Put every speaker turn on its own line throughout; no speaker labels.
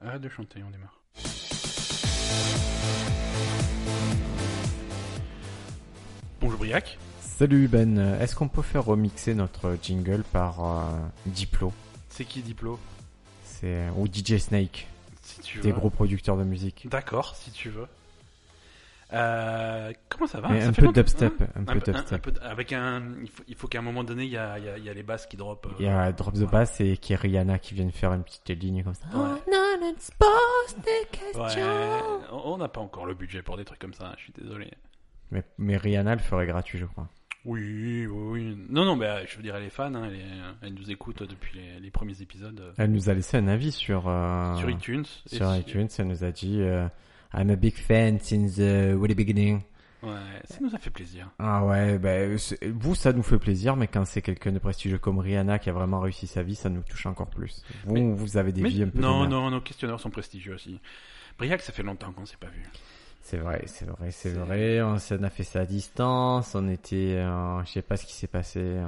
Arrête de chanter, on démarre. Bonjour Briac.
Salut Ben, est-ce qu'on peut faire remixer notre jingle par euh, Diplo
C'est qui Diplo
C'est ou DJ Snake,
Si tu
des
veux.
gros producteurs de musique.
D'accord, si tu veux. Euh, comment ça va
Mais
Ça
un
fait
peu de
longtemps-
dubstep,
hein
un peu de
un
dubstep.
peu de- Avec un, il faut, il faut qu'à un moment donné, il y a, il y a- il y a les basses qui drop. euh,
Il y a Drop the Bass et Rihanna qui viennent faire une petite ligne comme ça.
Ouais.
Oh, non, it's supposed to catch
Ouais,
you.
on on n'a pas encore le budget pour des trucs comme ça. Je suis désolé.
Mais, mais Rihanna le ferait gratuit, je crois.
Oui, oui, oui. Non, non, mais euh, je veux dire, elle est fan. hein, elle, est- elle nous écoute depuis les, les premiers épisodes euh,
Elle nous a laissé un avis sur euh,
sur iTunes. et
sur iTunes. Elle nous a dit euh, I'm a big fan since the very beginning.
Ouais, ça nous a fait plaisir.
Ah ouais, bah, c'est- vous, ça nous fait plaisir, mais quand c'est quelqu'un de prestigieux comme Rihanna qui a vraiment réussi sa vie, ça nous touche encore plus. Vous,
Mais-
vous avez des
Mais-
vies un peu... de
non,
merde.
non, nos questionneurs sont prestigieux aussi. Briac, ça fait longtemps qu'on s'est pas vu.
C'est vrai, c'est vrai, c'est
C'est-
vrai. On, s'en a fait ça à distance, on était... euh, je sais pas ce qui s'est passé. euh,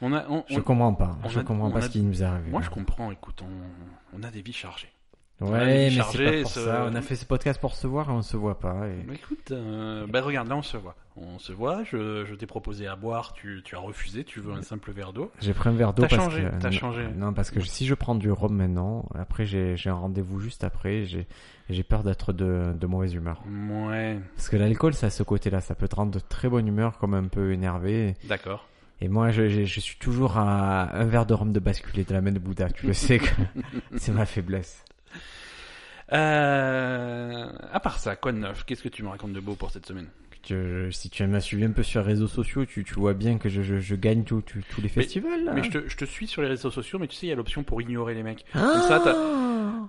On a, on-
je
on-
comprends pas,
on
je
a-
comprends
on
pas
a-
ce qui nous est arrivé.
moi, je comprends. Écoute, on, on a des vies chargées. on a
Ouais, mais
dû
c'est pas
charger
pour
ce-
ça. On a fait ce podcast pour se voir et on se voit pas. et-
Mais écoute, euh, bah, regarde, là, on se voit. On se voit. Je, je t'ai proposé à boire. Tu, tu as refusé. Tu veux un simple verre d'eau.
J'ai pris un verre d'eau
T'as
parce
changé,
que...
t'as
non,
changé.
Non, parce que si je prends du rhum maintenant, après j'ai j'ai un rendez-vous juste après, j'ai j'ai peur d'être de, de mauvaise humeur.
Ouais,
Parce que l'alcool, ça a ce côté-là, ça peut te rendre de très bonne humeur, comme un peu énervé.
d'accord.
Et moi, je, je, je suis toujours à un verre de rhum de basculer de la main de Bouddha, tu le sais que c'est ma faiblesse.
Euh, à part ça, quoi de neuf Qu'est-ce que tu me racontes de beau pour cette semaine
Que je- si tu m'as suivi un peu sur les réseaux sociaux, tu, tu vois bien que je, je, je gagne tout, tout- tous les festivals. là.
Mais je te, je te suis sur les réseaux sociaux, mais tu sais, il y a l'option pour ignorer les mecs.
Ah
ça,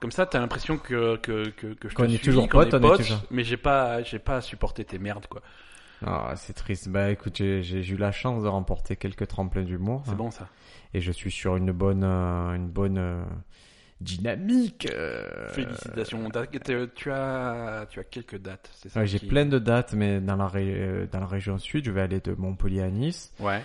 Comme ça, t'as l'impression que, que, que, que je
Qu'on
te
est
suis,
toujours
qu'on
potes,
est
on est
potes,
toujours-
mais j'ai pas, j'ai pas à supporter tes merdes, quoi.
Ah, c'est triste. Bah écoute, j'ai j'ai eu la chance de remporter quelques tremplins d'humour.
C'est bon, ça.
Et je suis sur une bonne, euh, une bonne euh, dynamique. euh,
Félicitations. T'as- t'es- Tu as, tu as quelques dates, c'est ça
Ouais, j'ai
qui-
plein de dates, mais dans la, ré- euh, dans la région sud, je vais aller de Montpellier à Nice.
Ouais.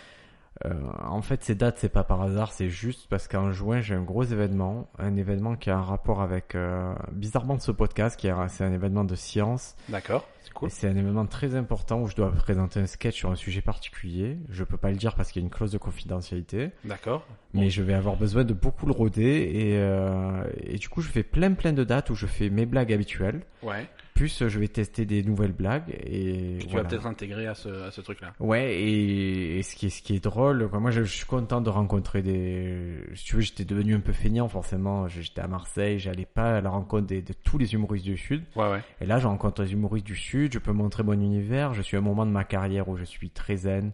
Euh, en fait, ces dates, c'est pas par hasard, c'est juste parce qu'en juin, j'ai un gros événement, un événement qui a un rapport avec, euh, bizarrement, de ce podcast, qui est un- c'est un événement de science.
D'accord. C'est cool.
Et C'est un événement très important où je dois présenter un sketch sur un sujet particulier. Je peux pas le dire parce qu'il y a une clause de confidentialité,
D'accord.
mais je vais avoir besoin de beaucoup le roder. Et, euh, et du coup, je fais plein plein de dates où je fais mes blagues habituelles.
Ouais.
Plus euh, je vais tester des nouvelles blagues et
Tu
voilà.
vas peut-être intégrer à ce, à ce truc-là.
Ouais et, et ce qui est ce qui est drôle quoi, moi je, je suis content de rencontrer des si tu veux j'étais devenu un peu feignant forcément Je- j'étais à Marseille j'allais pas à la rencontre des- de tous les humoristes du sud
Ouais, ouais.
et là je rencontre les humoristes du sud je peux montrer mon univers je suis à un moment de ma carrière où je suis très zen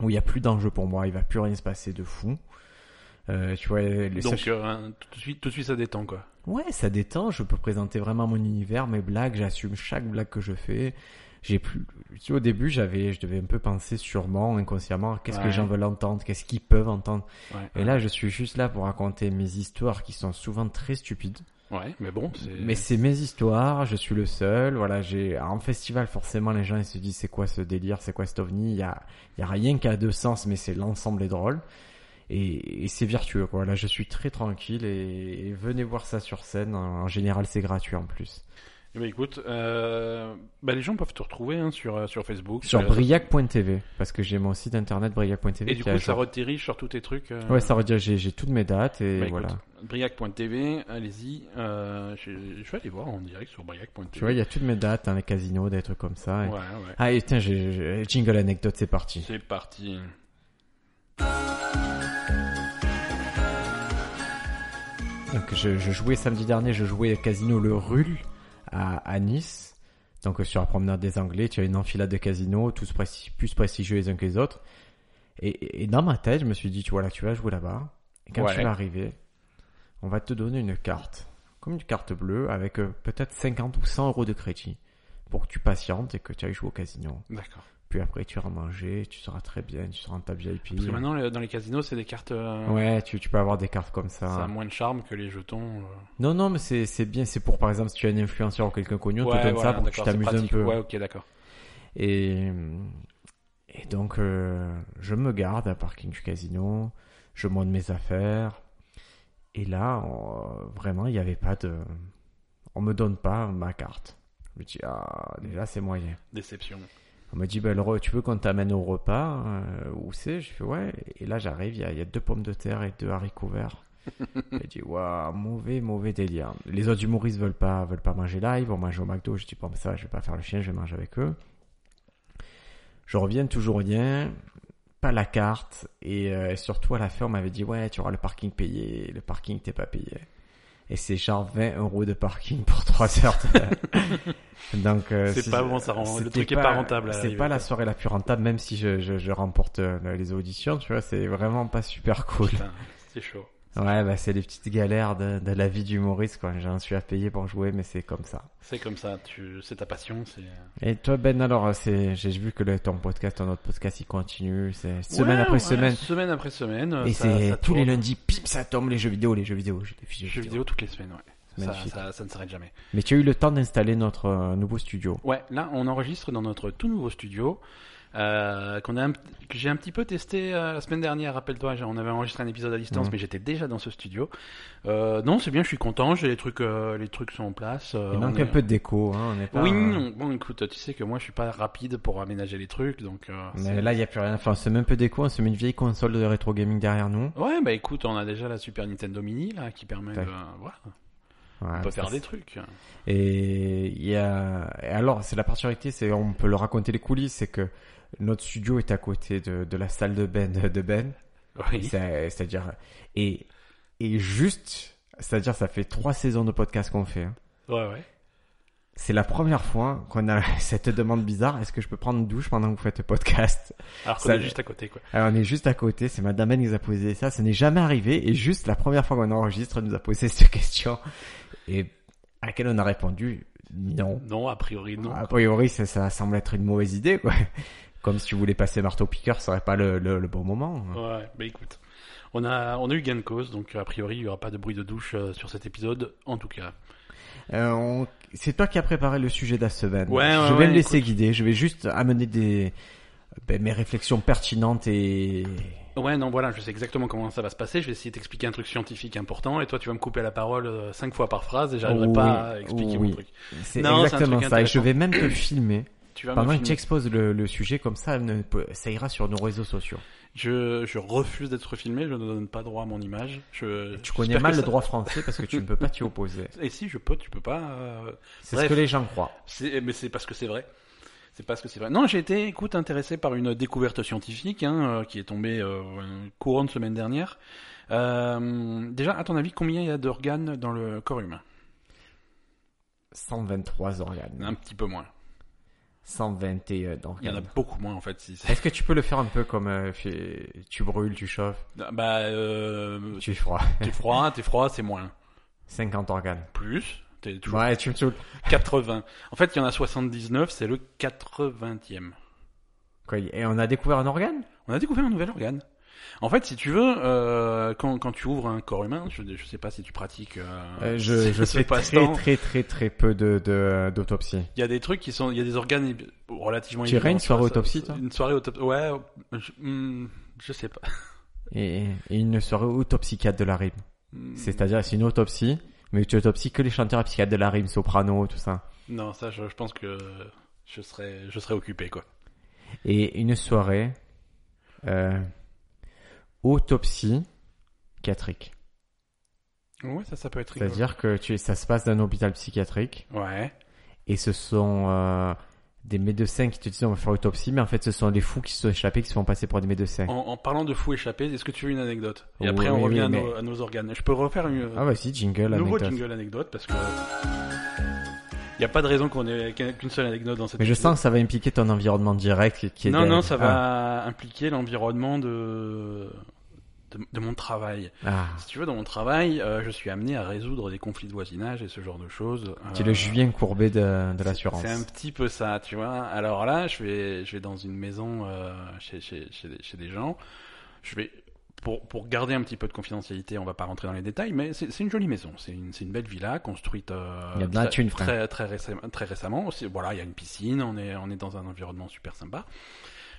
où il y a plus d'enjeu pour moi il va plus rien se passer de fou euh, tu vois les
Donc, euh, hein, tout de suite, tout de suite, ça détend, quoi.
Ouais, ça détend, je peux présenter vraiment mon univers, mes blagues, j'assume chaque blague que je fais. J'ai plus tu vois, au début, j'avais je devais un peu penser sûrement inconsciemment qu'est-ce que
Ouais.
les gens veulent entendre, qu'est-ce qu'ils peuvent entendre.
Ouais.
Et là, je suis juste là pour raconter mes histoires qui sont souvent très stupides,
Ouais, mais bon, c'est.
mais c'est mes histoires, je suis le seul, voilà, j'ai en festival forcément les gens ils se disent c'est quoi ce délire, c'est quoi cet ovni, il y a il y a rien qui a deux sens mais c'est l'ensemble est drôle. Et, et c'est virtueux quoi. Là, je suis très tranquille et, et venez voir ça sur scène. En général, c'est gratuit en plus.
Eh ben, écoute, euh, bah, les gens peuvent te retrouver hein, sur, euh, sur Facebook.
Sur
les réseaux
briac.tv parce que j'ai mon site internet briac.tv.
Et du
qui est à
coup, ça
jour.
redirige sur tous tes trucs. euh,
Ouais, ça redire j'ai j'ai toutes mes dates et
bah, écoute,
voilà.
Briac.tv, allez-y. euh, je, je vais aller voir en direct sur Briac.tv.
Tu vois, il y a toutes mes dates dans les casinos, des trucs comme ça. et-
Ouais, ouais.
Ah, et tiens, j'ai- j'ai- jingle anecdote, c'est parti.
C'est parti.
Donc, je, je jouais samedi dernier, je jouais au casino Le Rul à, à Nice. Donc euh, sur la promenade des Anglais, tu as une enfilade de casinos, tous presti- plus prestigieux les uns que les autres. Et- Et, et dans ma tête, je me suis dit, tu vois là, tu vas jouer là-bas. Et quand
Ouais.
tu vas arriver, on va te donner une carte, comme une carte bleue, avec euh, peut-être 50 ou 100 euros de crédit, pour que tu patientes et que tu ailles jouer au casino.
D'accord.
Puis après, tu iras manger, tu seras très bien, tu seras en ta VIP.
Parce que maintenant, le- dans les casinos, c'est des cartes. euh,
Ouais, Ah. tu, tu peux avoir des cartes comme
Ça a moins de charme que les jetons. euh.
Non, non, mais c'est c'est bien. C'est pour, par exemple, si tu as un influenceur ou quelqu'un connu, on te donne ça pour que tu
d'accord, c'est
t'amuses un
pratique.
peu.
Ouais, ok, d'accord.
Et, et donc, euh, je me garde à parking du casino, je monte mes affaires. Et là, on- vraiment, il n'y avait pas de... on me donne pas ma carte. Je me dis, ah, déjà, c'est moyen.
Déception.
On me dit, ben, le re- tu veux qu'on t'amène au repas euh, Où c'est Je fais, ouais. Et là, j'arrive, il y, a- il y a deux pommes de terre et deux haricots verts. J'ai dit, waouh, mauvais, mauvais délire. Les autres humoristes veulent pas, veulent pas manger là, ils vont manger au McDo. Je dis, bon, ben, ça, je vais pas faire le chien, je vais manger avec eux. Je reviens toujours rien, pas la carte. Et euh, surtout, à la fin, on m'avait dit, ouais, tu auras le parking payé, le parking, t'es pas payé. Et c'est genre 20 euros de parking pour 3 heures. de- Donc, euh,
C'est
si-
pas bon, ça rend- le
c'était
truc est pas rentable à
C'est
l'arrivée,
pas la
quoi.
soirée la plus rentable, même si je, je, je remporte euh, les auditions, tu vois, c'est vraiment pas super cool.
Putain, c'est chaud.
Ouais, bah c'est les petites galères de, de la vie d'humoriste, quoi. J'en suis à payer pour jouer, mais c'est comme ça.
C'est comme ça, tu... c'est ta passion. C'est...
Et toi, Ben, alors, c'est, j'ai vu que le, ton podcast, ton autre podcast, il continue, c'est semaine
Ouais,
après
ouais,
semaine.
Semaine après semaine.
Et
ça-
c'est
ça
tous les
tourne.
lundis, pim, ça tombe les jeux vidéo, les jeux vidéo, j'ai des
Jeux
fichiers
vidéo. toutes les semaines, ouais. Ça,
Magnifique.
ça- ça ne s'arrête jamais.
Mais tu as eu le temps d'installer notre euh, nouveau studio.
Ouais, là on enregistre dans notre tout nouveau studio. Euh, qu'on a un p- que j'ai un petit peu testé euh, la semaine dernière, rappelle-toi, j'ai- on avait enregistré un épisode à distance,
Mhm.
mais j'étais déjà dans ce studio. Euh, non, c'est bien, je suis content, j'ai les trucs, euh, les trucs sont en place. euh,
Il manque
on est-
un peu de déco, hein, on n'est pas.
Oui,
euh,
non, bon, écoute, tu sais que moi je suis pas rapide pour aménager les trucs, donc. euh, c'est-
Mais là, il n'y a plus rien. Enfin, on se met un peu déco, on se met une vieille console de rétro gaming derrière nous.
Ouais, bah écoute, on a déjà la Super Nintendo Mini là qui permet
Tac.
de. Voilà,
Ouais,
on peut
Ah, ça,
faire
c'est-
des trucs.
Et il y a, et alors, c'est la particularité, c'est, on peut le raconter les coulisses, c'est que notre studio est à côté de, de la salle de Ben, de Ben.
Oui.
C'est- C'est-à-dire, et, et juste, c'est-à-dire, ça fait trois saisons de podcast qu'on fait. hein.
Ouais, ouais.
C'est la première fois qu'on a cette demande bizarre. Est-ce que je peux prendre une douche pendant que vous faites le podcast?
Alors qu'on
Ça-
est juste à côté, quoi.
Alors, on est juste à côté. C'est Madame Ben qui nous a posé ça. Ça n'est jamais arrivé. Et juste la première fois qu'on enregistre, elle nous a posé cette question. Et à laquelle on a répondu non.
Non, a priori, non.
A priori, ça, ça semble être une mauvaise idée, quoi. Comme si tu voulais passer marteau-piqueur, ça serait pas le, le, le bon moment.
Ouais, bah écoute. On a, on a eu gain de cause, donc euh, a priori, il n'y aura pas de bruit de douche euh, sur cet épisode, en tout cas.
Euh, on- C'est toi qui as préparé le sujet de la semaine.
Ouais, ouais,
je vais
ouais,
me laisser guider, je vais juste amener des... ben, mes réflexions pertinentes et...
Ouais, non, voilà, je sais exactement comment ça va se passer. Je vais essayer de t'expliquer un truc scientifique important, et toi, tu vas me couper la parole euh, cinq fois par phrase, et j'arriverai
Oui,
pas à expliquer
oui.
mon truc.
C'est
Non, c'est un
exactement
truc
ça. Et je
intéressant.
vais même te filmer
Tu vas me
pendant que
filmer.
tu exposes le, le sujet, comme ça ne- ça ira sur nos réseaux sociaux.
je, je refuse d'être filmé, je ne donne pas droit à mon image. Je,
Tu connais
j'espère
mal
que
le
ça-
droit français parce que tu ne peux pas t'y opposer.
Et si je peux, tu peux pas. euh,
C'est ce
Bref.
que les gens croient.
C'est- eh, mais c'est parce que c'est vrai. C'est parce que c'est vrai. Non, j'ai été, écoute, intéressé par une découverte scientifique hein, euh, qui est tombée euh, courant de semaine dernière. Euh, déjà, à ton avis, combien il y a d'organes dans le corps humain
123 organes.
Un petit peu moins.
121 organes.
Il y en a beaucoup moins en fait. Si c'est-
Est-ce que tu peux le faire un peu comme euh, fait- tu brûles, tu chauffes,
bah, euh,
tu es froid
t'es froid, t'es froid, c'est moins.
50 organes.
Plus, t'es toujours
Ouais, tu me saoules.
80. En fait, il y en a 79, c'est le 80e.
Quoi, et on a découvert un organe
On a découvert un nouvel organe. En fait, si tu veux, euh, quand, quand tu ouvres un corps humain, je ne sais pas si tu pratiques. euh,
Euh, Je, je
ce
fais très,
passe-temps.
très très très peu de de- d'autopsie.
Il y a des trucs qui sont, il y a des organes évi- relativement.
Tu irais
évidents,
une soirée
vois, ça-
autopsie,
ça-
toi
Une soirée autopsie, ouais, je, hmm, je sais pas.
Et, et une soirée autopsychiatre de la rime. Mm.
Hmm,
C'est-à-dire, c'est une autopsie, mais tu autopsies que les chanteurs psychiatres de la rime, soprano, tout ça.
Non, ça, je, je pense que je serais, je serais occupé quoi.
Et une soirée euh, autopsie chiatrique.
Ouais, ça, ça peut être rigolo.
C'est-à-dire que tu, ça se passe dans un hôpital psychiatrique.
Ouais.
et ce sont euh, des médecins qui te disent on va faire autopsie, mais en fait ce sont des fous qui se sont échappés, qui se font passer pour des médecins.
En, en parlant de fous échappés, est-ce que tu veux une anecdote Et
Oui,
après,
Oh,
on
oui,
revient
oui,
à,
mais-
nos, à nos organes. Je peux refaire une
Ah vas-y, jingle,
euh, nouveau
anecdote.
jingle anecdote parce que il n'y a pas de raison qu'on ait qu'un- qu'une seule anecdote dans cette.
Mais je sens que ça va impliquer ton environnement direct qui- qui est...
Non, non,
derrière. Ah.
ça va impliquer l'environnement de- de de mon travail.
Ah, ah.
Si tu veux, dans mon travail, euh, je suis amené à résoudre des conflits de voisinage et ce genre de choses.
Ah. Tu
Euh,
es le Julien Courbet de, de
c'est-
l'assurance.
C'est un petit peu ça, tu vois. Alors là, je vais, je vais dans une maison euh, chez, chez, chez, des- chez des gens. Je vais, pour, pour garder un petit peu de confidentialité, on va pas rentrer dans les détails, mais c'est c'est une jolie maison. C'est une, c'est une belle villa construite euh,
Il y a de la
très-
thune, frère.
très, très, récemment, très récemment. C'est- Voilà, il y a une piscine, on est, on est dans un environnement super sympa.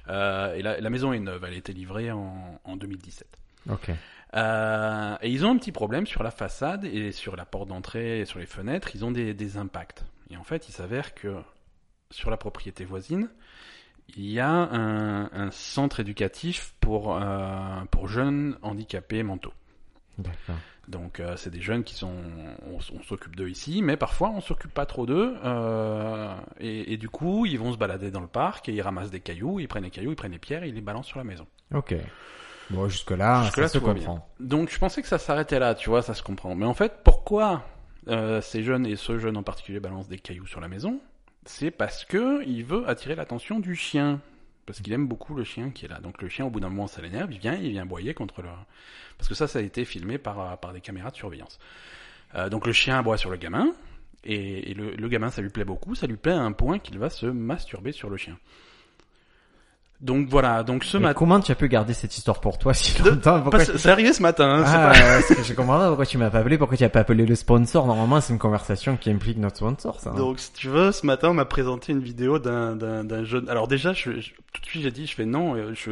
Euh, et la, la maison est neuve, elle a été livrée en, en 2017.
Ok.
Euh, et ils ont un petit problème sur la façade et sur la porte d'entrée et sur les fenêtres, ils ont des, des impacts. Et en fait, il s'avère que sur la propriété voisine, il y a un, un centre éducatif pour, euh, pour jeunes handicapés mentaux.
D'accord.
Donc euh, c'est des jeunes qui sont, on, s- on s'occupe d'eux ici, mais parfois on s'occupe pas trop d'eux. euh, et, et du coup, ils vont se balader dans le parc et ils ramassent des cailloux, ils prennent les cailloux, ils prennent les pierres, et ils les balancent sur la maison.
Ok. Bon, jusque-là,
Jusque-là,
ça se
tout va
comprend.
Donc je pensais que ça s'arrêtait là, tu vois, ça se comprend. Mais en fait, pourquoi euh, ces jeunes et ce jeune en particulier balancent des cailloux sur la maison C'est parce que il veut attirer l'attention du chien. Parce qu'il aime beaucoup le chien qui est là. Donc le chien, au bout d'un moment, ça l'énerve, il vient, il vient aboyer contre le... Parce que ça, ça a été filmé par, euh, par des caméras de surveillance. Euh, donc le chien aboie sur le gamin, et, et le, le gamin, ça lui plaît beaucoup, ça lui plaît à un point qu'il va se masturber sur le chien. Donc voilà, donc ce
Mais
matin...
Comment tu as pu garder cette histoire pour toi si
De-
longtemps Pourquoi
Parce- C'est arrivé ce matin, hein, c'est
Ah,
pas-
parce que je comprends pas pourquoi tu m'as pas appelé, pourquoi tu as pas appelé le sponsor. Normalement, c'est une conversation qui implique notre sponsor, ça. hein.
Donc, si tu veux, ce matin, on m'a présenté une vidéo d'un, d'un, d'un jeune. Alors déjà, je, je- tout de suite, j'ai dit, je fais non. euh, Je,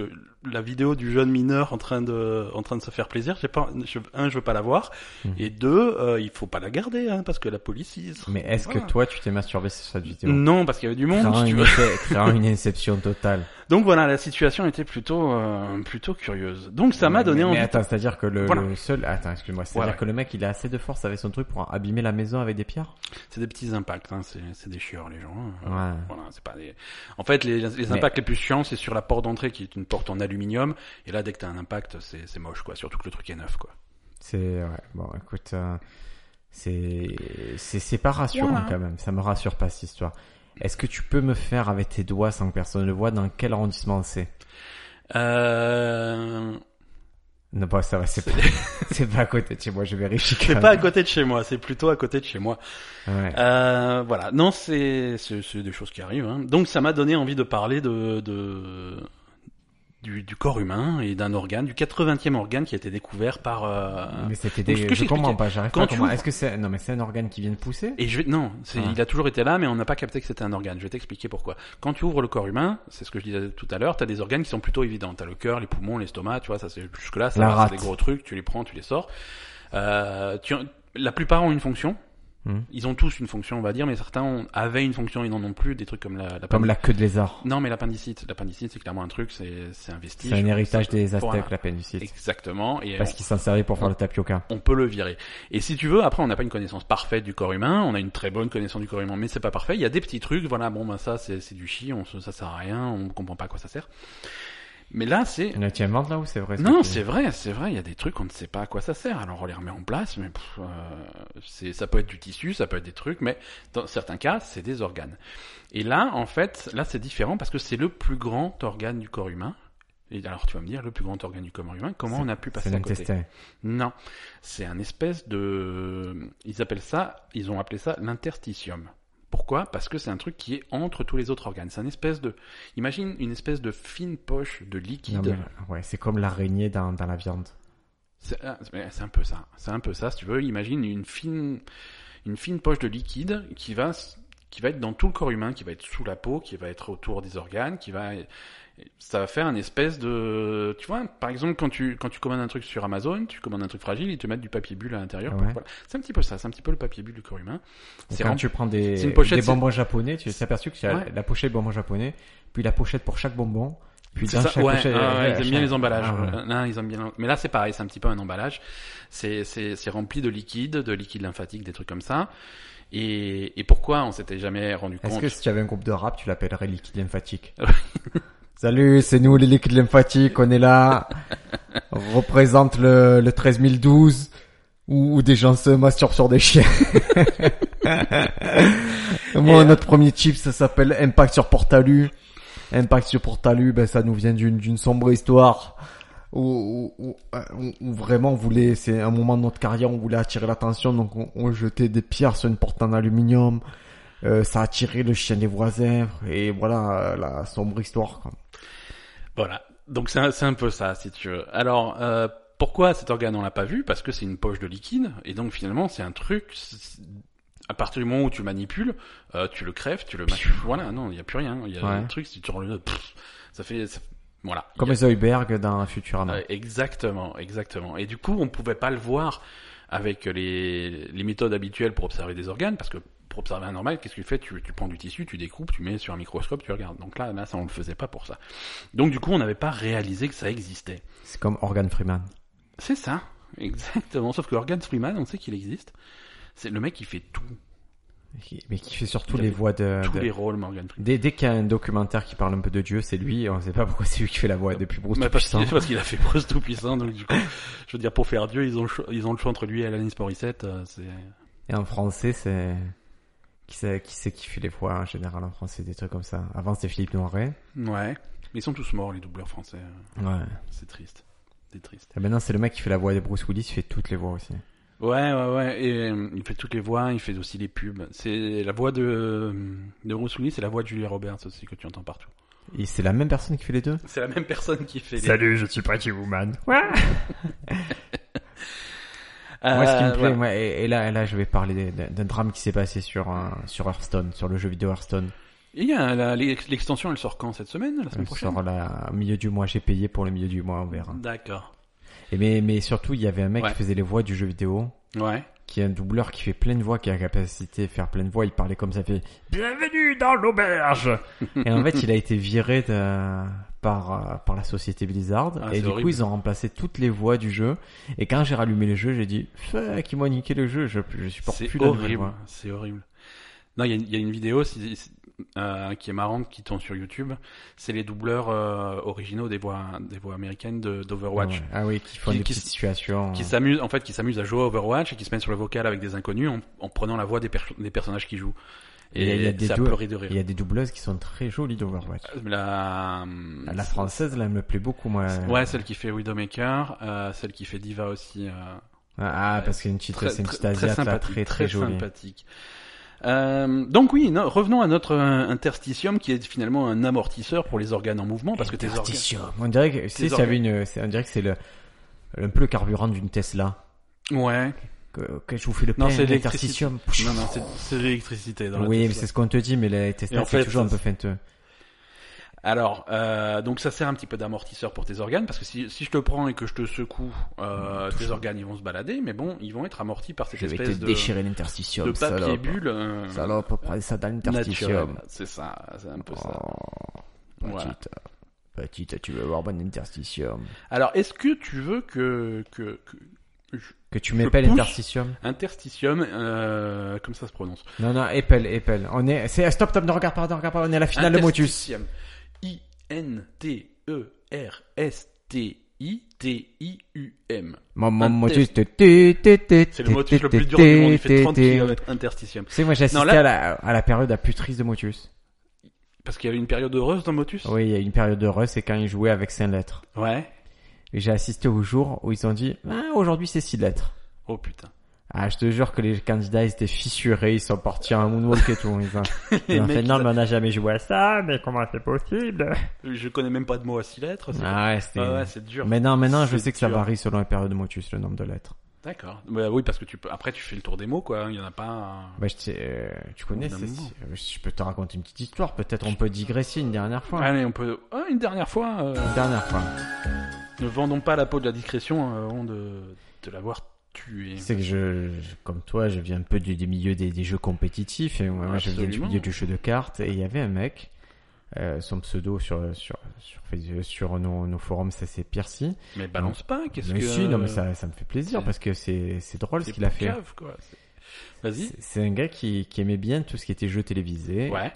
la vidéo du jeune mineur en train de, en train de se faire plaisir. J'ai pas, je, un, je veux pas la voir,
Mhm.
et deux, euh, il faut pas la garder, hein, parce que la police. Ils...
Mais est-ce que
Voilà.
toi, tu t'es masturbé sur cette vidéo
Non, parce qu'il y avait du monde.
Créant
si tu
une,
veux.
effet- créant une inception totale.
Donc voilà, la situation était plutôt, euh, plutôt curieuse. Donc ça m'a
Mais-
donné
mais,
envie.
attends, c'est-à-dire que le,
Voilà.
le seul... Attends, excuse-moi. C'est-à-dire
Voilà.
que le mec, il a assez de force avec son truc pour abîmer la maison avec des pierres
C'est des petits impacts, hein, c'est, c'est des chieurs les gens. hein.
Ouais.
Voilà, c'est pas des... En fait, les, les impacts les plus chiants, c'est sur la porte d'entrée qui est une porte en aluminium. Et là, dès que t'as un impact, c'est c'est moche, quoi. Surtout que le truc est neuf, quoi.
C'est... Ouais, bon, écoute... euh, C'est... C'est c'est pas rassurant,
Voilà.
quand même. Ça me rassure pas, cette histoire. Est-ce que tu peux me faire avec tes doigts, sans que personne le voit, dans quel arrondissement c'est
Euh...
Non, bah, ça va, c'est pas, c'est pas à côté de chez moi, je vérifie quand
C'est
même.
pas à côté de chez moi, c'est plutôt à côté de chez moi.
Ouais.
Euh, voilà, non, c'est c'est- c'est des choses qui arrivent. hein. Donc, ça m'a donné envie de parler de... de... Du, du corps humain et d'un organe, du 80e organe qui a été découvert par... euh,
mais c'était
donc, ce
des...
que
Je comprends pas, j'arrive pas à
quand tu
comprendre.
ouvres-
Est-ce que c'est... Non, mais c'est un organe qui vient de pousser
Et je vais non, c'est-
Ah.
il a toujours été là, mais on n'a pas capté que c'était un organe. Je vais t'expliquer pourquoi. Quand tu ouvres le corps humain, c'est ce que je disais tout à l'heure, t'as des organes qui sont plutôt évidents. T'as le cœur, les poumons, l'estomac, tu vois, ça c'est jusque là,
La
ça c'est
rate.
des gros trucs, tu les prends, tu les sors. Euh, tu, la plupart ont une fonction.
Mhm.
Ils ont tous une fonction, on va dire, mais certains ont, avaient une fonction, ils n'en ont plus. Des trucs comme la,
Comme la queue de lézard.
non, mais l'appendicite, l'appendicite c'est clairement un truc, c'est c'est un vestige.
C'est un héritage
C'est-
des Aztèques,
voilà.
la pénicite.
Exactement. Et
Parce qu'ils s'en servaient pour faire le tapioca.
on peut le virer. Et si tu veux, après, on n'a pas une connaissance parfaite du corps humain, on a une très bonne connaissance du corps humain, mais c'est pas parfait. Il y a des petits trucs, voilà, bon, ben ça, c'est c'est du chi, on, se- ça sert à rien, on comprend pas à quoi ça sert. Mais là, c'est...
Là, tu inventes là ou c'est vrai ce
Non,
que tu dis
c'est vrai, c'est vrai, il y a des trucs, on ne sait pas à quoi ça sert, alors on les remet en place, mais pff, euh, c'est- ça peut être du tissu, ça peut être des trucs, mais dans certains cas, c'est des organes. Et là, en fait, là, c'est différent parce que c'est le plus grand organe du corps humain. Et alors, tu vas me dire, le plus grand organe du corps humain, comment on a pu
C'est
passer à côté
l'intestin.
non, c'est un espèce de. Ils appellent ça, ils ont appelé ça l'interstitium. Pourquoi Parce que c'est un truc qui est entre tous les autres organes. C'est un espèce de. Imagine une espèce de fine poche de
Non,
liquide.
mais, ouais, c'est comme l'araignée dans, dans la viande.
C'est ah, c'est- c'est un peu ça. C'est un peu ça, si tu veux. Imagine une fine, une fine poche de liquide qui va, s- qui va être dans tout le corps humain, qui va être sous la peau, qui va être autour des organes, qui va, ça va faire un espèce de, tu vois, par exemple, quand tu, quand tu commandes un truc sur Amazon, tu commandes un truc fragile, ils te mettent du papier bulle à l'intérieur. pour-
Ouais.
voilà. C'est un petit peu ça. C'est un petit peu le papier bulle du corps humain. C'est
Quand
rem-
tu prends des,
c'est une pochette,
des
c'est-
bonbons japonais, tu t'es aperçu que tu as
Ouais.
la pochette bonbons japonais, puis la pochette pour chaque bonbon, puis
C'est
dans
ça,
chaque
ouais,
pochette.
ah ouais, ils
chaque-
aiment bien les emballages.
Ah, ouais.
Euh, non, ils aiment bien. Mais là, c'est pareil, c'est un petit peu un emballage. C'est c'est c'est rempli de liquide, de liquide lymphatique, des trucs comme ça. Et et pourquoi on s'était jamais rendu
Est-ce
compte
que si tu avais un groupe de rap, tu l'appellerais liquide lymphatique Salut, c'est nous les liquides lymphatiques, on est là. On représente le, le 13012 où, où des gens se masturbent sur des chiens. Moi,
Et-
notre premier chip, ça s'appelle Impact sur Portalu. Impact sur Portalu, ben, ça nous vient d'une d'une sombre histoire où, où- euh, où- où vraiment on voulait, c'est un moment de notre carrière, on voulait attirer l'attention, donc on, on jetait des pierres sur une porte en aluminium. Euh, ça a attiré le chien des voisins et voilà euh, la sombre histoire. Quoi.
Voilà. Donc c'est un, c'est un peu ça, si tu veux. Alors euh, pourquoi cet organe on l'a pas vu Parce que c'est une poche de liquide et donc finalement c'est un truc. c'est- c'est- À partir du moment où tu manipules, euh, tu le crèves, tu le mach- Voilà, non, il y a plus rien. Il y a
Ouais.
un truc si tu rends le pff, ça fait. ça- Voilà.
Comme
Il y a-
les Zoidberg dans Futurama.
euh, exactement, exactement. Et du coup, on pouvait pas le voir avec les, les méthodes habituelles pour observer des organes, parce que pour observer un normal, qu'est-ce que tu fais tu, tu prends du tissu, tu découpes, tu mets sur un microscope, tu regardes. Donc là, là, ça, on le faisait pas pour ça. Donc du coup, on n'avait pas réalisé que ça existait.
C'est comme Organ Freeman.
C'est ça, exactement. Sauf que Organ Freeman, on sait qu'il existe. C'est le mec qui fait tout,
qui- Mais qui fait surtout
Il
les
avait
voix de.
tous
de-
les rôles, Morgan Freeman.
Dès, dès qu'il y a un documentaire qui parle un peu de Dieu, c'est lui. On sait pas pourquoi c'est lui qui fait la voix depuis Bruce
Mais parce
Tout-Puissant.
qu'il parce qu'il a fait Bruce tout puissant, donc du coup, je veux dire, pour faire Dieu, ils ont le choix, ils ont le choix entre lui et Alanis Morissette. euh, C'est
Et en français, c'est. Qui c'est qui, c'est qui fait les voix en général en français, des trucs comme ça. Avant, c'était Philippe Noiret.
ouais. Mais ils sont tous morts, les doubleurs français.
Ouais.
C'est triste. C'est triste.
Et maintenant, c'est le mec qui fait la voix de Bruce Willis, il fait toutes les voix aussi.
Ouais, ouais, ouais. Et euh, il fait toutes les voix, il fait aussi les pubs. C'est la voix de, euh, de Bruce Willis, c'est la voix de Julia Roberts aussi que tu entends partout.
Et c'est la même personne qui fait les deux
C'est la même personne qui fait les...
Salut, je suis Pretty Woman. Ouais.
Euh,
Moi, ce qui me plaît,
voilà.
moi, et, et là, et là, je vais parler d'un d'un drame qui s'est passé sur, un- sur Hearthstone, sur le jeu vidéo Hearthstone.
Il y a la- l'ex- l'extension, elle sort quand cette semaine La semaine
Elle
prochaine
sort hein. là, au milieu du mois, j'ai payé pour le milieu du mois, on verra.
D'accord.
Et mais, mais surtout, il y avait un mec
Ouais.
qui faisait les voix du jeu vidéo,
Ouais.
qui est un doubleur qui fait plein de voix, qui a la capacité de faire plein de voix. Il parlait comme ça, il fait Bienvenue dans l'auberge Et en fait, il a été viré de- par, euh, par la société Blizzard.
Ah,
et
c'est
du coup,
horrible.
ils ont remplacé toutes les voix du jeu. Et quand j'ai rallumé le jeu, j'ai dit Fuck, ils m'ont niqué le jeu, je, je supporte
C'est
plus la nouvelle
horrible.
voix.
C'est horrible. Non, il y a une- il y, a une vidéo si- si- euh, qui est marrante, qui tourne sur YouTube. C'est les doubleurs euh, originaux des voix, des voix américaines de- d'Overwatch.
Ah, ouais. Ah oui, qui font
Qui-
des
qui
petites
s-
situations.
qui s'amuse en fait qui s'amuse à jouer à Overwatch et qui se mettent sur le vocal avec des inconnus en, en prenant la voix des, perso- des personnages qui jouent
Il y a- il y
et
a des
ça
deux-
pleurer de
Il
rire
y a des doubleuses qui sont très jolies d'Overwatch.
la
Ah, La euh, française, là, elle me plaît beaucoup, moi.
Euh, ouais celle qui fait Widowmaker euh, celle qui fait Diva aussi euh,
Ah, ah, parce qu'il y a une petite,
très,
c'est une
très-
petite
très
asiate, là,
sympathique
très, très jolie.
sympathique Euh, donc oui, no- revenons à notre euh, interstitium qui est finalement un amortisseur pour les organes en mouvement parce que tes organes
Interstitium. On dirait que, si,
Tes
s'il y avait une, c'est- on dirait que c'est le, un peu le carburant d'une Tesla.
ouais
Que, que je vous fais le
Non,
plein
c'est
d'interstitium.
non non c'est- c'est l'électricité dans la
Oui, mais
Tesla.
c'est ce qu'on te dit, mais la
Et
Tesla,
en
c'est
fait,
toujours un
ça-
peu feinteux.
Alors, euh, donc ça sert un petit peu d'amortisseur pour tes organes, parce que si, si je te prends et que je te secoue, euh, tes organes ils vont se balader, mais bon, ils vont être amortis par cette espèce de,
l'interstitium,
de papier bulle euh,
Salope, prends ça dans
naturel. C'est ça, c'est un peu ça. Voilà.
Oh. euh, Petite, tu veux avoir bon interstitium.
Alors, est-ce que tu veux que, que, que
Que tu
Je
m'épelles
pousse.
interstitium
interstitium, euh, comme ça se prononce,
Non, non, épelle, épelle. On est, c'est, stop, stop, ne regarde pas, ne regarde pas, on est à la finale de Motus.
Interstitium. I N T E R S T I T I U M.
Mon, mon
Un
Motus,
test.
c'est
C'est le motus le plus dur du monde, il fait 30 km interstitium.
Tu sais, moi j'ai assisté
Non, là-
à, la, à la période la plus triste de Motus.
Parce qu'il y a eu une période heureuse dans Motus
Oui, il y a une période heureuse, c'est quand ils jouaient avec 5 lettres.
Ouais.
Et j'ai assisté au jour où ils ont dit ah, aujourd'hui c'est 6 lettres.
Oh putain.
Ah, je te jure que les candidats ils étaient fissurés, ils sont partis en moonwalk et tout. hein, Ils ont, ils ont
mecs,
fait
ils
non,
ont-
mais on n'a jamais joué à ça, mais comment c'est possible
Je connais même pas de mots à six lettres. c'est-
Ah ouais, c'était.
Ah ouais, c'est dur.
maintenant, maintenant je
C'est
sais que ça
dur.
varie selon la période de Motus, le nombre de lettres.
D'accord. Bah oui, parce que tu peux. Après, tu fais le tour des mots, quoi. hein, Il y en a pas.
Bah, je t'ai- euh, tu connais,
Au
c'est-
bout d'un moment.
je peux te raconter une petite histoire, peut-être on peut digresser une dernière fois.
Allez, on peut. Ah, une dernière fois. euh,
Une dernière fois.
Ne vendons pas la peau de la discrétion euh, avant de, de l'avoir tuée.
C'est que je, je- comme toi, je viens un peu du, des milieux des, des jeux compétitifs et moi, moi, je viens du
Absolument.
milieu du jeu de cartes et il y avait un mec, euh, son pseudo sur sur sur, Facebook- sur nos, nos forums, ça c'est Piercy.
Mais balance pas. Qu'est-ce
Mais
que.
si, non mais ça ça me fait plaisir
c'est-
parce que c'est c'est drôle ce
C'est
qu'il a
pas
fait.
cave, quoi. C'est- Vas-y.
C'est- C'est un gars qui qui aimait bien tout ce qui était jeu télévisé
Ouais.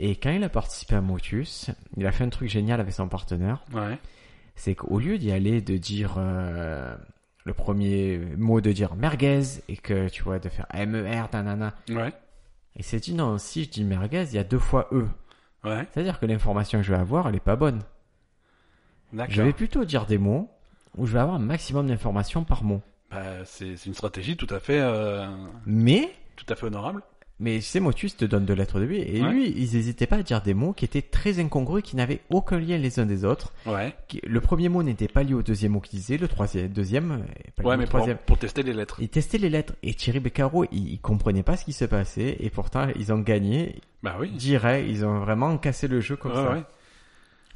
et quand il a participé à Motus, il a fait un truc génial avec son partenaire,
Ouais.
c'est qu'au lieu d'y aller de dire euh, le premier mot de dire merguez et que tu vois de faire MER nanana
Ouais.
Il s'est dit non, si je dis merguez, il y a deux fois E.
Ouais.
C'est-à-dire que l'information que je vais avoir, elle est pas bonne. Je
D'accord.
vais plutôt dire des mots où je vais avoir un maximum d'informations par mot.
Bah, c'est c'est une stratégie tout à fait, euh,
Mais,
tout à fait honorable.
mais tu sais, Motus te donne de lettres au début et
Ouais.
lui, ils n'hésitaient pas à dire des mots qui étaient très incongrus, qui n'avaient aucun lien les uns des autres.
Ouais.
qui- Le premier mot n'était pas lié au deuxième mot qu'il disait, le troisième, deuxième, et pas lié
Ouais,
au
mais pour,
troisième.
pour tester les lettres.
Ils testaient les lettres et Thierry Beccaro, il, il comprenait pas ce qui se passait et pourtant ils ont gagné.
Bah oui.
Direct, ils ont vraiment cassé le jeu comme
Ouais,
ça.
ouais.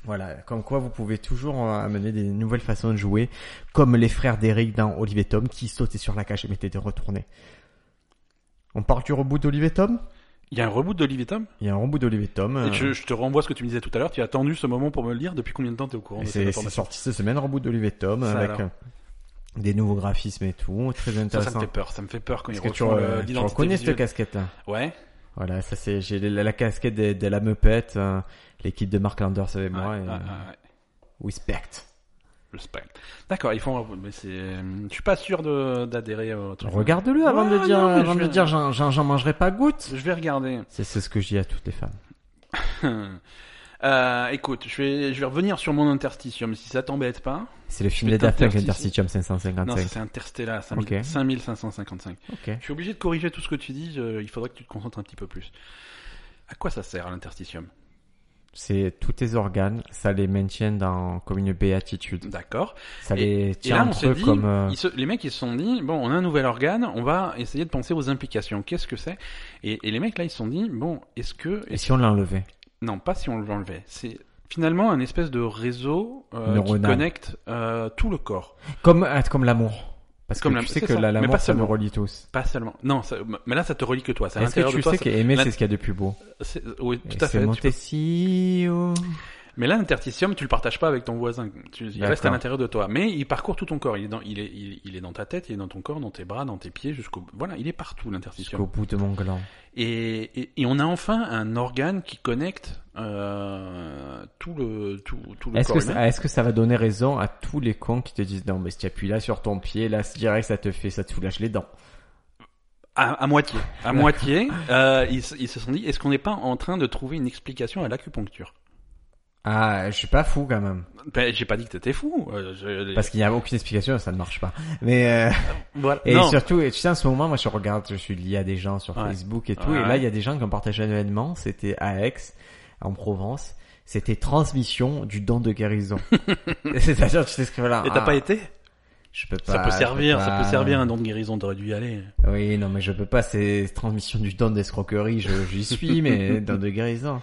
Voilà, comme quoi vous pouvez toujours euh, amener des nouvelles façons de jouer, comme les frères d'Eric dans Olivier Tom qui sautaient sur la cage et mettaient des retournées. On parle du reboot d'Olivier Tom
Il y a un reboot d'Olivier Tom
Il y a un reboot d'Olivier Tom. euh,
Et je, je te renvoie à ce que tu me disais tout à l'heure. Tu as attendu ce moment pour me le dire. Depuis combien de temps t'es au courant
et
de
C'est
cette
c'est
information
sorti cette semaine, reboot d'Olivier Tom,
Ça
avec
alors.
euh, des nouveaux graphismes et tout, très
ça,
intéressant.
ça me fait peur. Ça me fait peur quand il
Est-ce que tu,
refont
re-
le-
tu
l'identité
reconnais cette
visuelle.
casquette-là
Ouais.
Voilà, ça c'est j'ai la, la casquette de, de la meupette, euh, l'équipe de Mark Landers avec moi.
ouais,
et,
ouais,
euh,
ouais, ouais.
Respect.
Respect. D'accord, ils font. Mais c'est. euh, Je suis pas sûr de- d'adhérer au truc.
Regarde-le avant de
Ouais,
dire,
non, mais
avant
je
de
vais-
dire, j'en- j'en j'en mangerai pas goutte.
Je vais regarder.
C'est c'est ce que je dis à toutes les femmes.
Euh, écoute, je vais, je vais revenir sur mon interstitium si ça t'embête pas.
C'est le film
Je
des
vais
Daft Punk
t'interstitie-
Interstitium
Non,
555.
c'est Interstellar 5000
Ok.
5555.
Ok.
Je suis obligé de corriger tout ce que tu dis, je- il faudrait que tu te concentres un petit peu plus. À quoi ça sert l'interstitium
C'est tous tes organes, ça les maintient dans comme une béatitude.
D'accord.
Ça
Et-
les
Et
tient
là, on
entre
s'est
eux
dit,
comme. euh,
ils se- les mecs, ils se sont dit, bon, on a un nouvel organe, on va essayer de penser aux implications. Qu'est-ce que c'est et, et les mecs, là, ils se sont dit, bon, est-ce que...
Et si on l'enlevait
Non, pas si on l'enlevait. C'est finalement un espèce de réseau euh, qui
Neuronal.
connecte euh, tout le corps.
Comme ah, comme l'amour. Parce
Comme
que tu
l'amour,
sais
c'est
que
ça.
la-
Mais
l'amour
pas
ça nous
seulement.
relie tous.
Pas seulement. Non, ça- mais là, ça te relie que toi. C'est à
Est-ce que
l'intérieur
tu
de toi.
sais
ça-
qu'aimer
l'in-
c'est ce qu'il y a de plus beau
c'est- Oui, tout
Et
à
C'est
fait. tu
monter si haut.
Mais là, l'interstitium, tu le partages pas avec ton voisin. Tu- il
D'accord.
reste à l'intérieur de toi. Mais il parcourt tout ton corps. Il est dans, il est, il, il est dans ta tête, il est dans ton corps, dans tes bras, dans tes pieds, jusqu'au, voilà, il est partout,
jusqu'au
l'interstitium.
bout de mon gland.
Et, et, et on a enfin un organe qui connecte, euh, tout le, tout, tout le
Est-ce
corps
que,
humain.
ça- est-ce que ça va donner raison à tous les cons qui te disent non mais si tu appuies là sur ton pied là c'est direct ça te fait ça te soulage les dents.
À, à moitié. À moitié, euh, ils, se- ils se sont dit, est-ce qu'on n'est pas en train de trouver une explication à l'acupuncture?
Ah je suis pas fou quand même
Ben, j'ai pas dit que t'étais fou. euh, je-
parce qu'il y a aucune explication ça ne marche pas. Mais euh,
voilà.
et
Non.
surtout et tu sais en ce moment moi je regarde je suis lié à des gens sur
Ouais.
Facebook et tout
Ouais,
et là
ouais.
il y a des gens qui ont partagé un événement c'était à Aix en Provence c'était transmission du don de guérison. C'est-à-dire tu sais ce que voilà.
Et t'as
ah, Bah,
pas été?
Je peux pas.
Ça peut
je peux
servir, ça peut
pas.
servir un don de guérison, t'aurais dû y aller.
Oui, non, mais je peux pas, c'est transmission du don d'escroquerie, je- j'y suis, mais don de guérison.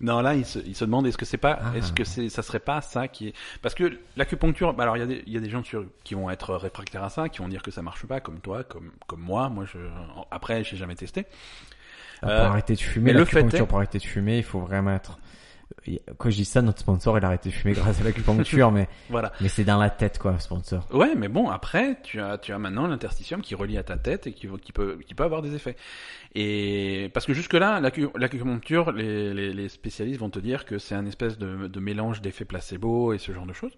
Non, là, il se, il se demande est-ce que c'est pas,
Ah.
est-ce que c'est, ça serait pas ça qui est, parce que l'acupuncture, bah alors il y a des, il y a des gens sur- qui vont être réfractaires à ça, qui vont dire que ça marche pas, comme toi, comme, comme moi, moi je, après j'ai jamais testé.
Ah,
Euh,
pour arrêter de fumer,
mais le fait
l'acupuncture
est-
pour arrêter de fumer, il faut vraiment être... euh, Quand je dis ça, notre sponsor, il a arrêté de fumer grâce à l'acupuncture, mais,
Voilà.
mais c'est dans la tête, quoi, sponsor.
Ouais, mais bon, après, tu as, tu as maintenant l'interstitium qui relie à ta tête et qui, qui peut, qui peut avoir des effets. Et parce que jusque-là, l'acu- l'acupuncture, les, les, les spécialistes vont te dire que c'est un espèce de, de mélange d'effets placebo et ce genre de choses.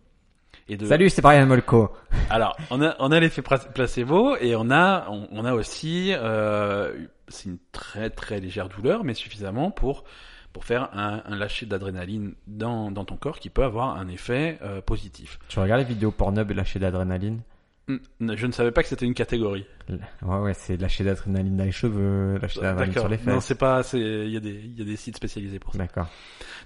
Et de,
Salut, c'est Brian Molko.
Alors, on a, on a l'effet pra- placebo et on a, on, on a aussi, euh, c'est une très très légère douleur, mais suffisamment pour pour faire un, un lâcher d'adrénaline dans, dans ton corps qui peut avoir un effet euh, positif.
Tu regardes les vidéos Pornhub et lâcher d'adrénaline
Hmm, Je ne savais pas que c'était une catégorie.
Ouais, ouais, c'est lâcher d'adrénaline dans les cheveux, lâcher d'adrénaline sur les
Non,
fesses.
c'est pas, c'est, il y a des, il y a des sites spécialisés pour ça.
D'accord.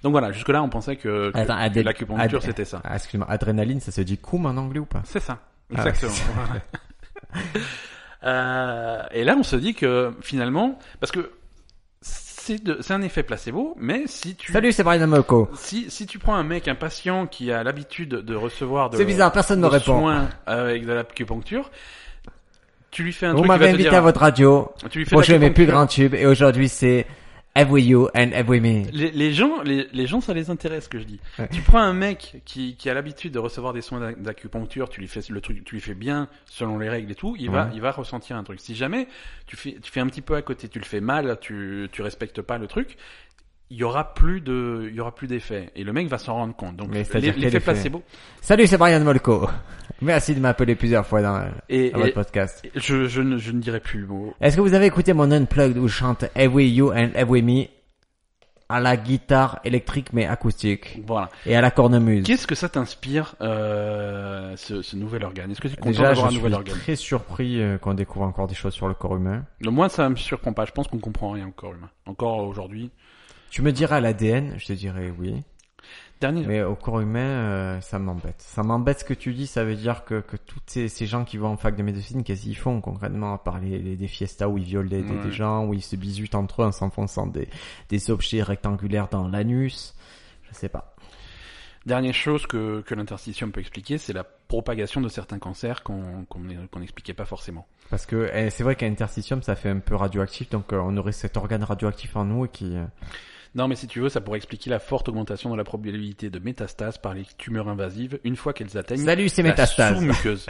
Donc voilà, jusque là, on pensait que, que-
Attends,
que
adé-
l'acupuncture
adé-
c'était ça.
Ah, excuse-moi, adrénaline, ça se dit cum en anglais ou pas
C'est ça,
Ah ouais,
exactement.
c'est
Voilà. Euh, et là, on se dit que finalement, parce que c'est de- c'est un effet placebo, mais si tu
Salut, c'est Brian Molko.
si, si tu prends un mec, un patient qui a l'habitude de recevoir de,
C'est bizarre, personne ne
de
répond.
soins euh, avec de l'acupuncture, tu lui fais un
Vous
truc, il
m'avez
va te
invité
dire,
à votre radio.
tu lui fais
Pour jouer mes
l'acupuncture.
plus grands tubes et aujourd'hui c'est Every You and Every Me.
Les, les gens, les, les gens, ça les intéresse ce que je dis.
Ouais.
Tu prends un mec qui, qui a l'habitude de recevoir des soins d'ac- d'acupuncture, tu lui fais le truc, tu lui fais bien selon les règles et tout, il va,
Ouais.
il va ressentir un truc. Si jamais tu fais, tu fais un petit peu à côté, tu le fais mal, tu, tu respectes pas le truc, il y aura plus de, il y aura plus d'effet et le mec va s'en rendre compte. Donc
Mais
l'e-
c'est-à-dire quel
l'effet
effet
placebo.
Salut, c'est Brian Molko. Merci de m'appeler plusieurs fois dans euh,
Et,
dans votre
et-
podcast.
et je, je ne, je ne dirai plus le mot.
Est-ce que vous avez écouté mon unplugged où je chante Every You and Every Me à la guitare électrique mais acoustique
Voilà.
et à la cornemuse
Qu'est-ce que ça t'inspire euh, ce, ce nouvel organe Est-ce que tu es content
Déjà, je
d'avoir un
suis
nouvel organe
très surpris euh, qu'on découvre encore des choses sur le corps humain.
Moi, ça me surprend pas. Je pense qu'on comprend rien au corps humain. Encore aujourd'hui.
Tu me diras l'ADN, je te dirai oui.
Dernier.
Mais au corps humain, euh, ça m'embête. Ça m'embête ce que tu dis, ça veut dire que, que tous ces, ces gens qui vont en fac de médecine, qu'est-ce qu'ils font concrètement à part les, les- des fiestas où ils violent des, des-
Ouais.
des gens, où ils se bisutent entre eux en s'enfonçant des, des objets rectangulaires dans l'anus Je sais pas.
Dernière chose que, que l'interstitium peut expliquer, c'est la propagation de certains cancers qu'on qu'on qu'on n'expliquait pas forcément.
Parce que eh, c'est vrai qu'un interstitium, ça fait un peu radioactif, donc euh, on aurait cet organe radioactif en nous qui... euh,
Non, mais si tu veux, ça pourrait expliquer la forte augmentation de la probabilité de métastases par les tumeurs invasives une fois qu'elles atteignent
Salut, c'est
la
métastases.
sous-muqueuse.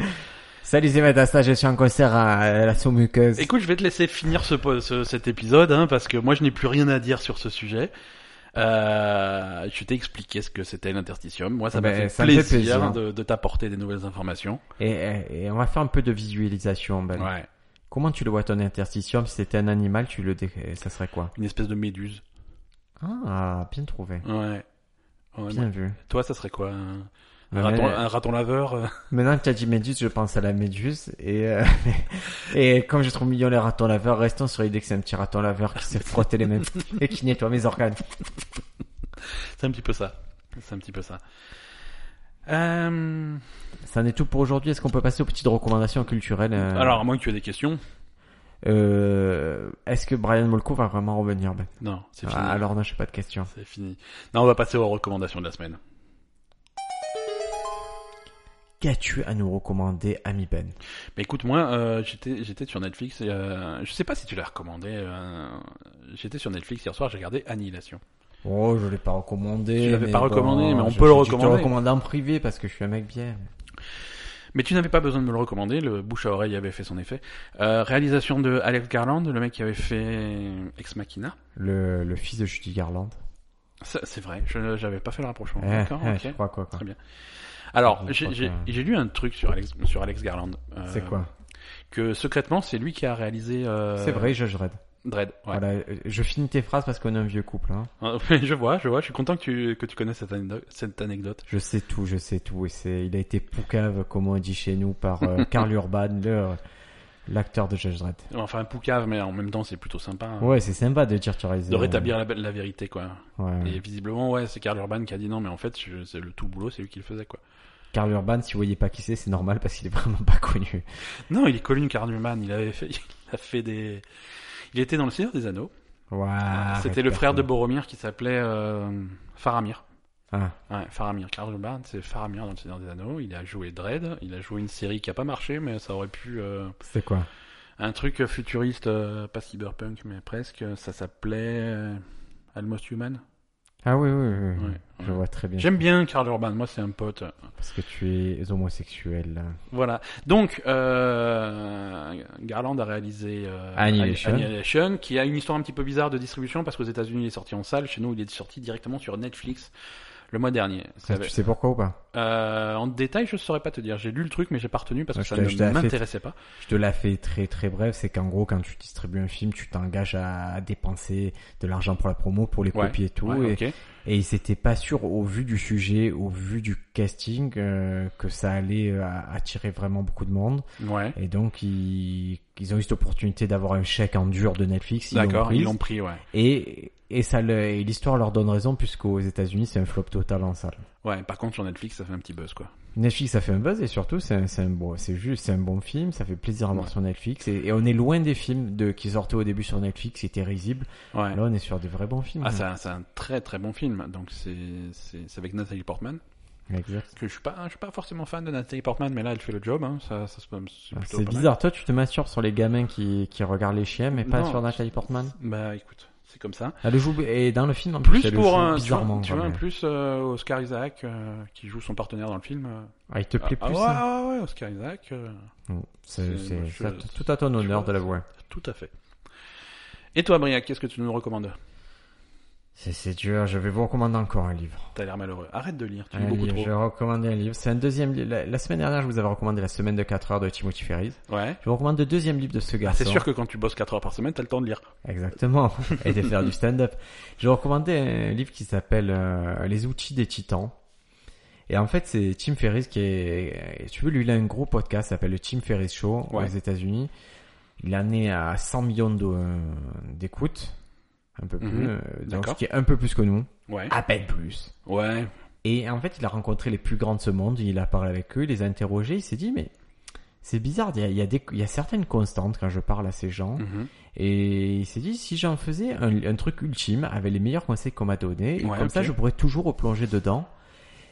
Salut, c'est métastases, je suis en concert à la sous-muqueuse.
Écoute, je vais te laisser finir ce, po- ce- cet épisode, hein, parce que moi, je n'ai plus rien à dire sur ce sujet. Euh, je t'ai expliqué ce que c'était l'interstitium. Moi, ça m'a
Ben,
fait
ça me fait
plaisir,
plaisir, hein.
de, de t'apporter des nouvelles informations.
Et, et- et on va faire un peu de visualisation, Ben.
Ouais.
Comment tu le vois ton interstitium Si c'était un animal, tu le dé... ça serait quoi
Une espèce de méduse.
Ah, bien trouvé.
Ouais. Ouais, Ah,
Bien vu.
Toi, ça serait quoi un, un
Mais-
raton, un raton laveur euh
Maintenant que tu as dit méduse, je pense à la méduse. Et, euh, et comme je trouve mignon les ratons laveurs, restons sur l'idée que c'est un petit raton laveur qui s'est frotté les mains et qui nettoie mes organes.
C'est un petit peu ça. C'est un petit peu ça. Euh,
Ça en est tout pour aujourd'hui. Est-ce qu'on peut passer aux petites recommandations culturelles euh,
Alors, à moins que tu aies des questions.
euh, Est-ce que Brian Molko va vraiment revenir Ben
Non, c'est fini.
Ah, Alors non, je n'ai pas de questions.
C'est fini. Non, on va passer aux recommandations de la semaine.
Qu'as-tu à nous recommander, ami Ben
Mais écoute, moi, euh, j'étais, j'étais sur Netflix. Et, euh, je sais pas si tu l'as recommandé. euh, j'étais sur Netflix hier soir. J'ai regardé Annihilation.
Oh, je l'ai pas recommandé.
Tu l'avais
mais
pas
bon,
recommandé, mais on
je-
peut le
je- Je te
recommander.
recommande en privé parce que je suis un mec bien.
Mais tu n'avais pas besoin de me le recommander. Le bouche à oreille avait fait son effet. Euh, réalisation de Alex Garland, le mec qui avait fait Ex Machina.
Le, le fils de Judy Garland.
Ça, c'est vrai. Je ne- j'avais pas fait le rapprochement.
Eh,
Oh, D'accord.
eh,
ok.
je crois quoi, quoi.
Très bien. Alors,
Je
j'ai,
crois
j'ai-
que-
j'ai lu un truc sur Alex, sur Alex Garland. euh,
C'est quoi
Que secrètement, c'est lui qui a réalisé. euh,
C'est vrai, Judge Red.
Dredd. Ouais. Euh,
Voilà, euh, je finis tes phrases parce qu'on est un vieux couple. Hein.
je vois, je vois. Je suis content que tu que tu connaisses cette anecdote. Cette anecdote.
Je sais tout, je sais tout. Et c'est, il a été poucave, comme on dit chez nous, par euh, Karl Urban, le, l'acteur de Judge Dredd.
Enfin, poucave, mais en même temps, c'est plutôt sympa. hein,
Ouais, c'est sympa de dire tu réalises,
De
euh,
rétablir la, la vérité, quoi.
ouais.
Et visiblement, ouais, c'est Karl Urban qui a dit non, mais en fait, je- c'est le tout boulot, c'est lui qui le faisait, quoi.
Karl Urban, si vous voyez pas qui c'est, c'est normal parce qu'il est vraiment pas connu.
Non, il est connu Karl Urban, il avait fait, il a fait des. Il était dans le Seigneur des Anneaux.
Waouh.
C'était le frère de Boromir qui s'appelait euh, Faramir.
Ah,
Ouais, Faramir. Karl Urban, c'est Faramir dans le Seigneur des Anneaux. Il a joué Dredd, il a joué une série qui a pas marché, mais ça aurait pu. euh,
c'est quoi
un truc futuriste, euh, pas cyberpunk, mais presque. Ça s'appelait. euh, Almost Human.
Ah oui, oui, oui. oui.
Ouais,
Je
ouais.
vois très bien.
J'aime bien Karl Urban, moi c'est un pote.
Parce que tu es homosexuel. là.
Voilà. Donc, euh, Garland a réalisé euh,
Annihilation.
Annihilation, qui a une histoire un petit peu bizarre de distribution parce qu'aux États-Unis il est sorti en salle, chez nous il est sorti directement sur Netflix le mois dernier. Ça
Ça,
avait-
tu sais pourquoi ou pas
Euh, en détail, je saurais pas te dire. J'ai lu le truc, mais j'ai pas retenu parce que
Ouais, je
ça
t'ai- je t'ai
ne
fait-
m'intéressait pas.
Je te la fais très très brève, c'est qu'en gros quand tu distribues un film, tu t'engages à dépenser de l'argent pour la promo, pour les
Ouais,
copies et tout.
Ouais,
et,
ok.
et ils s'étaient pas sûrs au vu du sujet, au vu du casting, euh, que ça allait euh, attirer vraiment beaucoup de monde.
Ouais.
Et donc ils, ils ont eu cette opportunité d'avoir un chèque en dur de Netflix. ils l'ont
D'accord. Ils
prise.
l'ont pris, ouais.
Et, et ça, le- et l'histoire leur donne raison puisqu'aux États-Unis c'est un flop total en salle.
Ouais. Par contre, sur Netflix, ça fait un petit buzz, quoi.
Netflix ça fait un buzz et surtout c'est un, c'est un bon, c'est juste c'est un bon film, ça fait plaisir à voir
Ouais.
sur Netflix et, et on est loin des films de qui sortaient au début sur Netflix, c'était risible.
Ouais.
Là on est sur des vrais bons films.
Ah, c'est un, c'est un très très bon film. Donc c'est c'est c'est avec Nathalie Portman.
Exact.
Que je suis pas je suis pas forcément fan de Nathalie Portman, mais là elle fait le job. Hein. Ça, ça se- c'est
Ah,
plutôt
C'est
pas mal.
bizarre, toi tu te masturbes sur les gamins qui, qui regardent les chiens mais pas
Non.
sur Nathalie Portman.
Bah écoute, c'est comme ça.
Elle le joue et dans le film en plus,
Plus
elle le
pour
joue
un, tu vois,
bizarrement.
tu vois,
quoi,
en
mais-
plus euh, Oscar Isaac euh, qui joue son partenaire dans le film. euh.
Ah, il te plaît
ah,
plus
ah,
ça
ouais, ouais, ouais, Oscar Isaac, euh,
Mm. C'est
C'est-
c'est-
moi, je-
ça- tout à ton
je
honneur
vois,
de l'avouer.
tout à fait. Et toi, Briac, qu'est-ce que tu nous recommandes
C'est c'est dur, je vais vous recommander encore un livre.
T'as l'air malheureux. Arrête de lire, tu lis
Un
beaucoup
livre,
trop.
Je vais recommander un livre. C'est un deuxième livre. La, la semaine dernière, je vous avais recommandé La semaine de 4 heures de Timothy Ferris.
Ouais.
Je vous recommande le deuxième livre de ce
Ah,
garçon.
c'est sûr que quand tu bosses 4 heures par semaine, t'as le temps de lire.
Exactement. Et de faire du stand-up. Je vais recommander un livre qui s'appelle euh, Les outils des titans. Et en fait, c'est Tim Ferriss qui est... et Tu veux, lui, il a un gros podcast qui s'appelle le Tim Ferriss Show
Ouais.
aux états unis Il en est à 100 millions de- euh, d'écoutes. Un peu plus.
Mhm.
euh, donc, ce
D'accord.
qui est un peu plus que nous.
Ouais.
À peine plus.
Ouais.
Et en fait, il a rencontré les plus grands de ce monde, il a parlé avec eux, il les a interrogés, il s'est dit, mais c'est bizarre, il y, a, il, y a des, il y a certaines constantes quand je parle à ces gens.
Mhm.
Et il s'est dit, si j'en faisais un, un truc ultime, avec les meilleurs conseils qu'on m'a donnés, et
Ouais,
comme ça,
ok.
je pourrais toujours replonger dedans.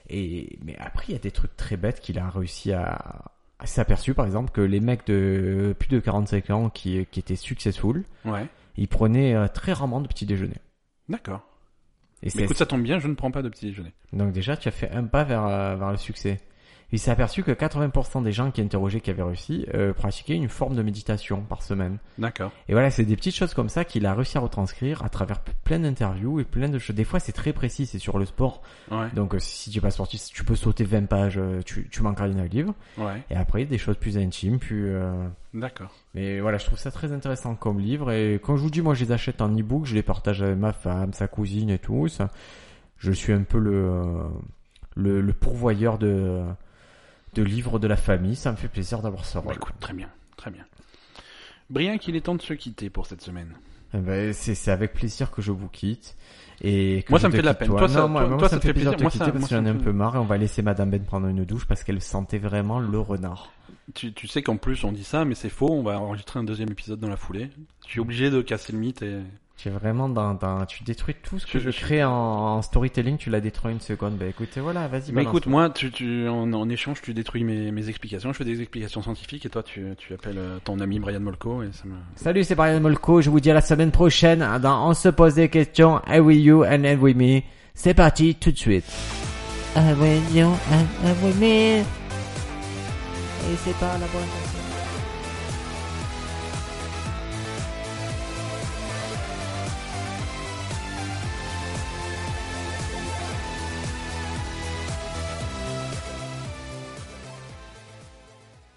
Et mais après, il y a des trucs très bêtes qu'il a réussi à, à s'aperçu, par exemple, que les mecs de plus de 45 ans qui, qui étaient successful,
Ouais.
ils prenaient euh, très rarement de petit déjeuner.
D'accord.
Et
Mais
c'est
écoute, ça tombe bien, je ne prends pas de petit déjeuner.
donc déjà, tu as fait un pas vers euh, vers le succès. Il s'est aperçu que 80% des gens qui interrogeaient qui avaient réussi euh, pratiquaient une forme de méditation par semaine.
D'accord.
Et voilà, c'est des petites choses comme ça qu'il a réussi à retranscrire à travers plein d'interviews et plein de choses. Des fois, c'est très précis, c'est sur le sport.
Ouais.
Donc, euh, si tu n'es pas sportif, tu peux sauter 20 pages, euh, tu, tu m'encadines un livre.
Ouais.
Et après, des choses plus intimes, plus... euh,
D'accord.
Mais voilà, je trouve ça très intéressant comme livre. Et quand je vous dis, moi, je les achète en e-book, je les partage avec ma femme, sa cousine et tout. Ça. Je suis un peu le, euh, le, le pourvoyeur de, de livres de la famille. Ça me fait plaisir d'avoir ça.
Bah, écoute, très bien. Très bien. Brian, qu'il est temps de se quitter pour cette semaine.
Eh ben, c'est c'est avec plaisir que je vous quitte. Et que
Moi,
je
ça me
te
fait de la
quitte,
peine. Toi, ça-
Non, moi,
toi-
moi,
toi,
ça me fait plaisir de te
Moi, ça-
quitter
moi,
parce que
ça
j'en ai
me
un
fait-
peu marre et on va laisser Madame Ben prendre une douche parce qu'elle sentait vraiment le renard.
Tu, tu sais qu'en plus, on dit ça, mais c'est faux. On va enregistrer un deuxième épisode dans la foulée. Je suis obligé de casser le mythe et.
Tu es vraiment dans, dans- tu détruis tout ce que
Je-
je,
je-
crée en, en storytelling, tu la détruis une seconde. Bah écoute, voilà, vas-y.
Mais
balance.
écoute, moi, tu, tu, en, en échange, tu détruis mes, mes explications. Je fais des explications scientifiques et toi, tu, tu appelles euh, ton ami Brian Molko et ça me.
Salut, c'est Brian Molko. Je vous dis à la semaine prochaine dans On se pose des questions. I will you and I will me. C'est parti tout de suite.
Eh Ah ouais, non, ah, ah ouais, mais... eh Et c'est pas la bonne façon.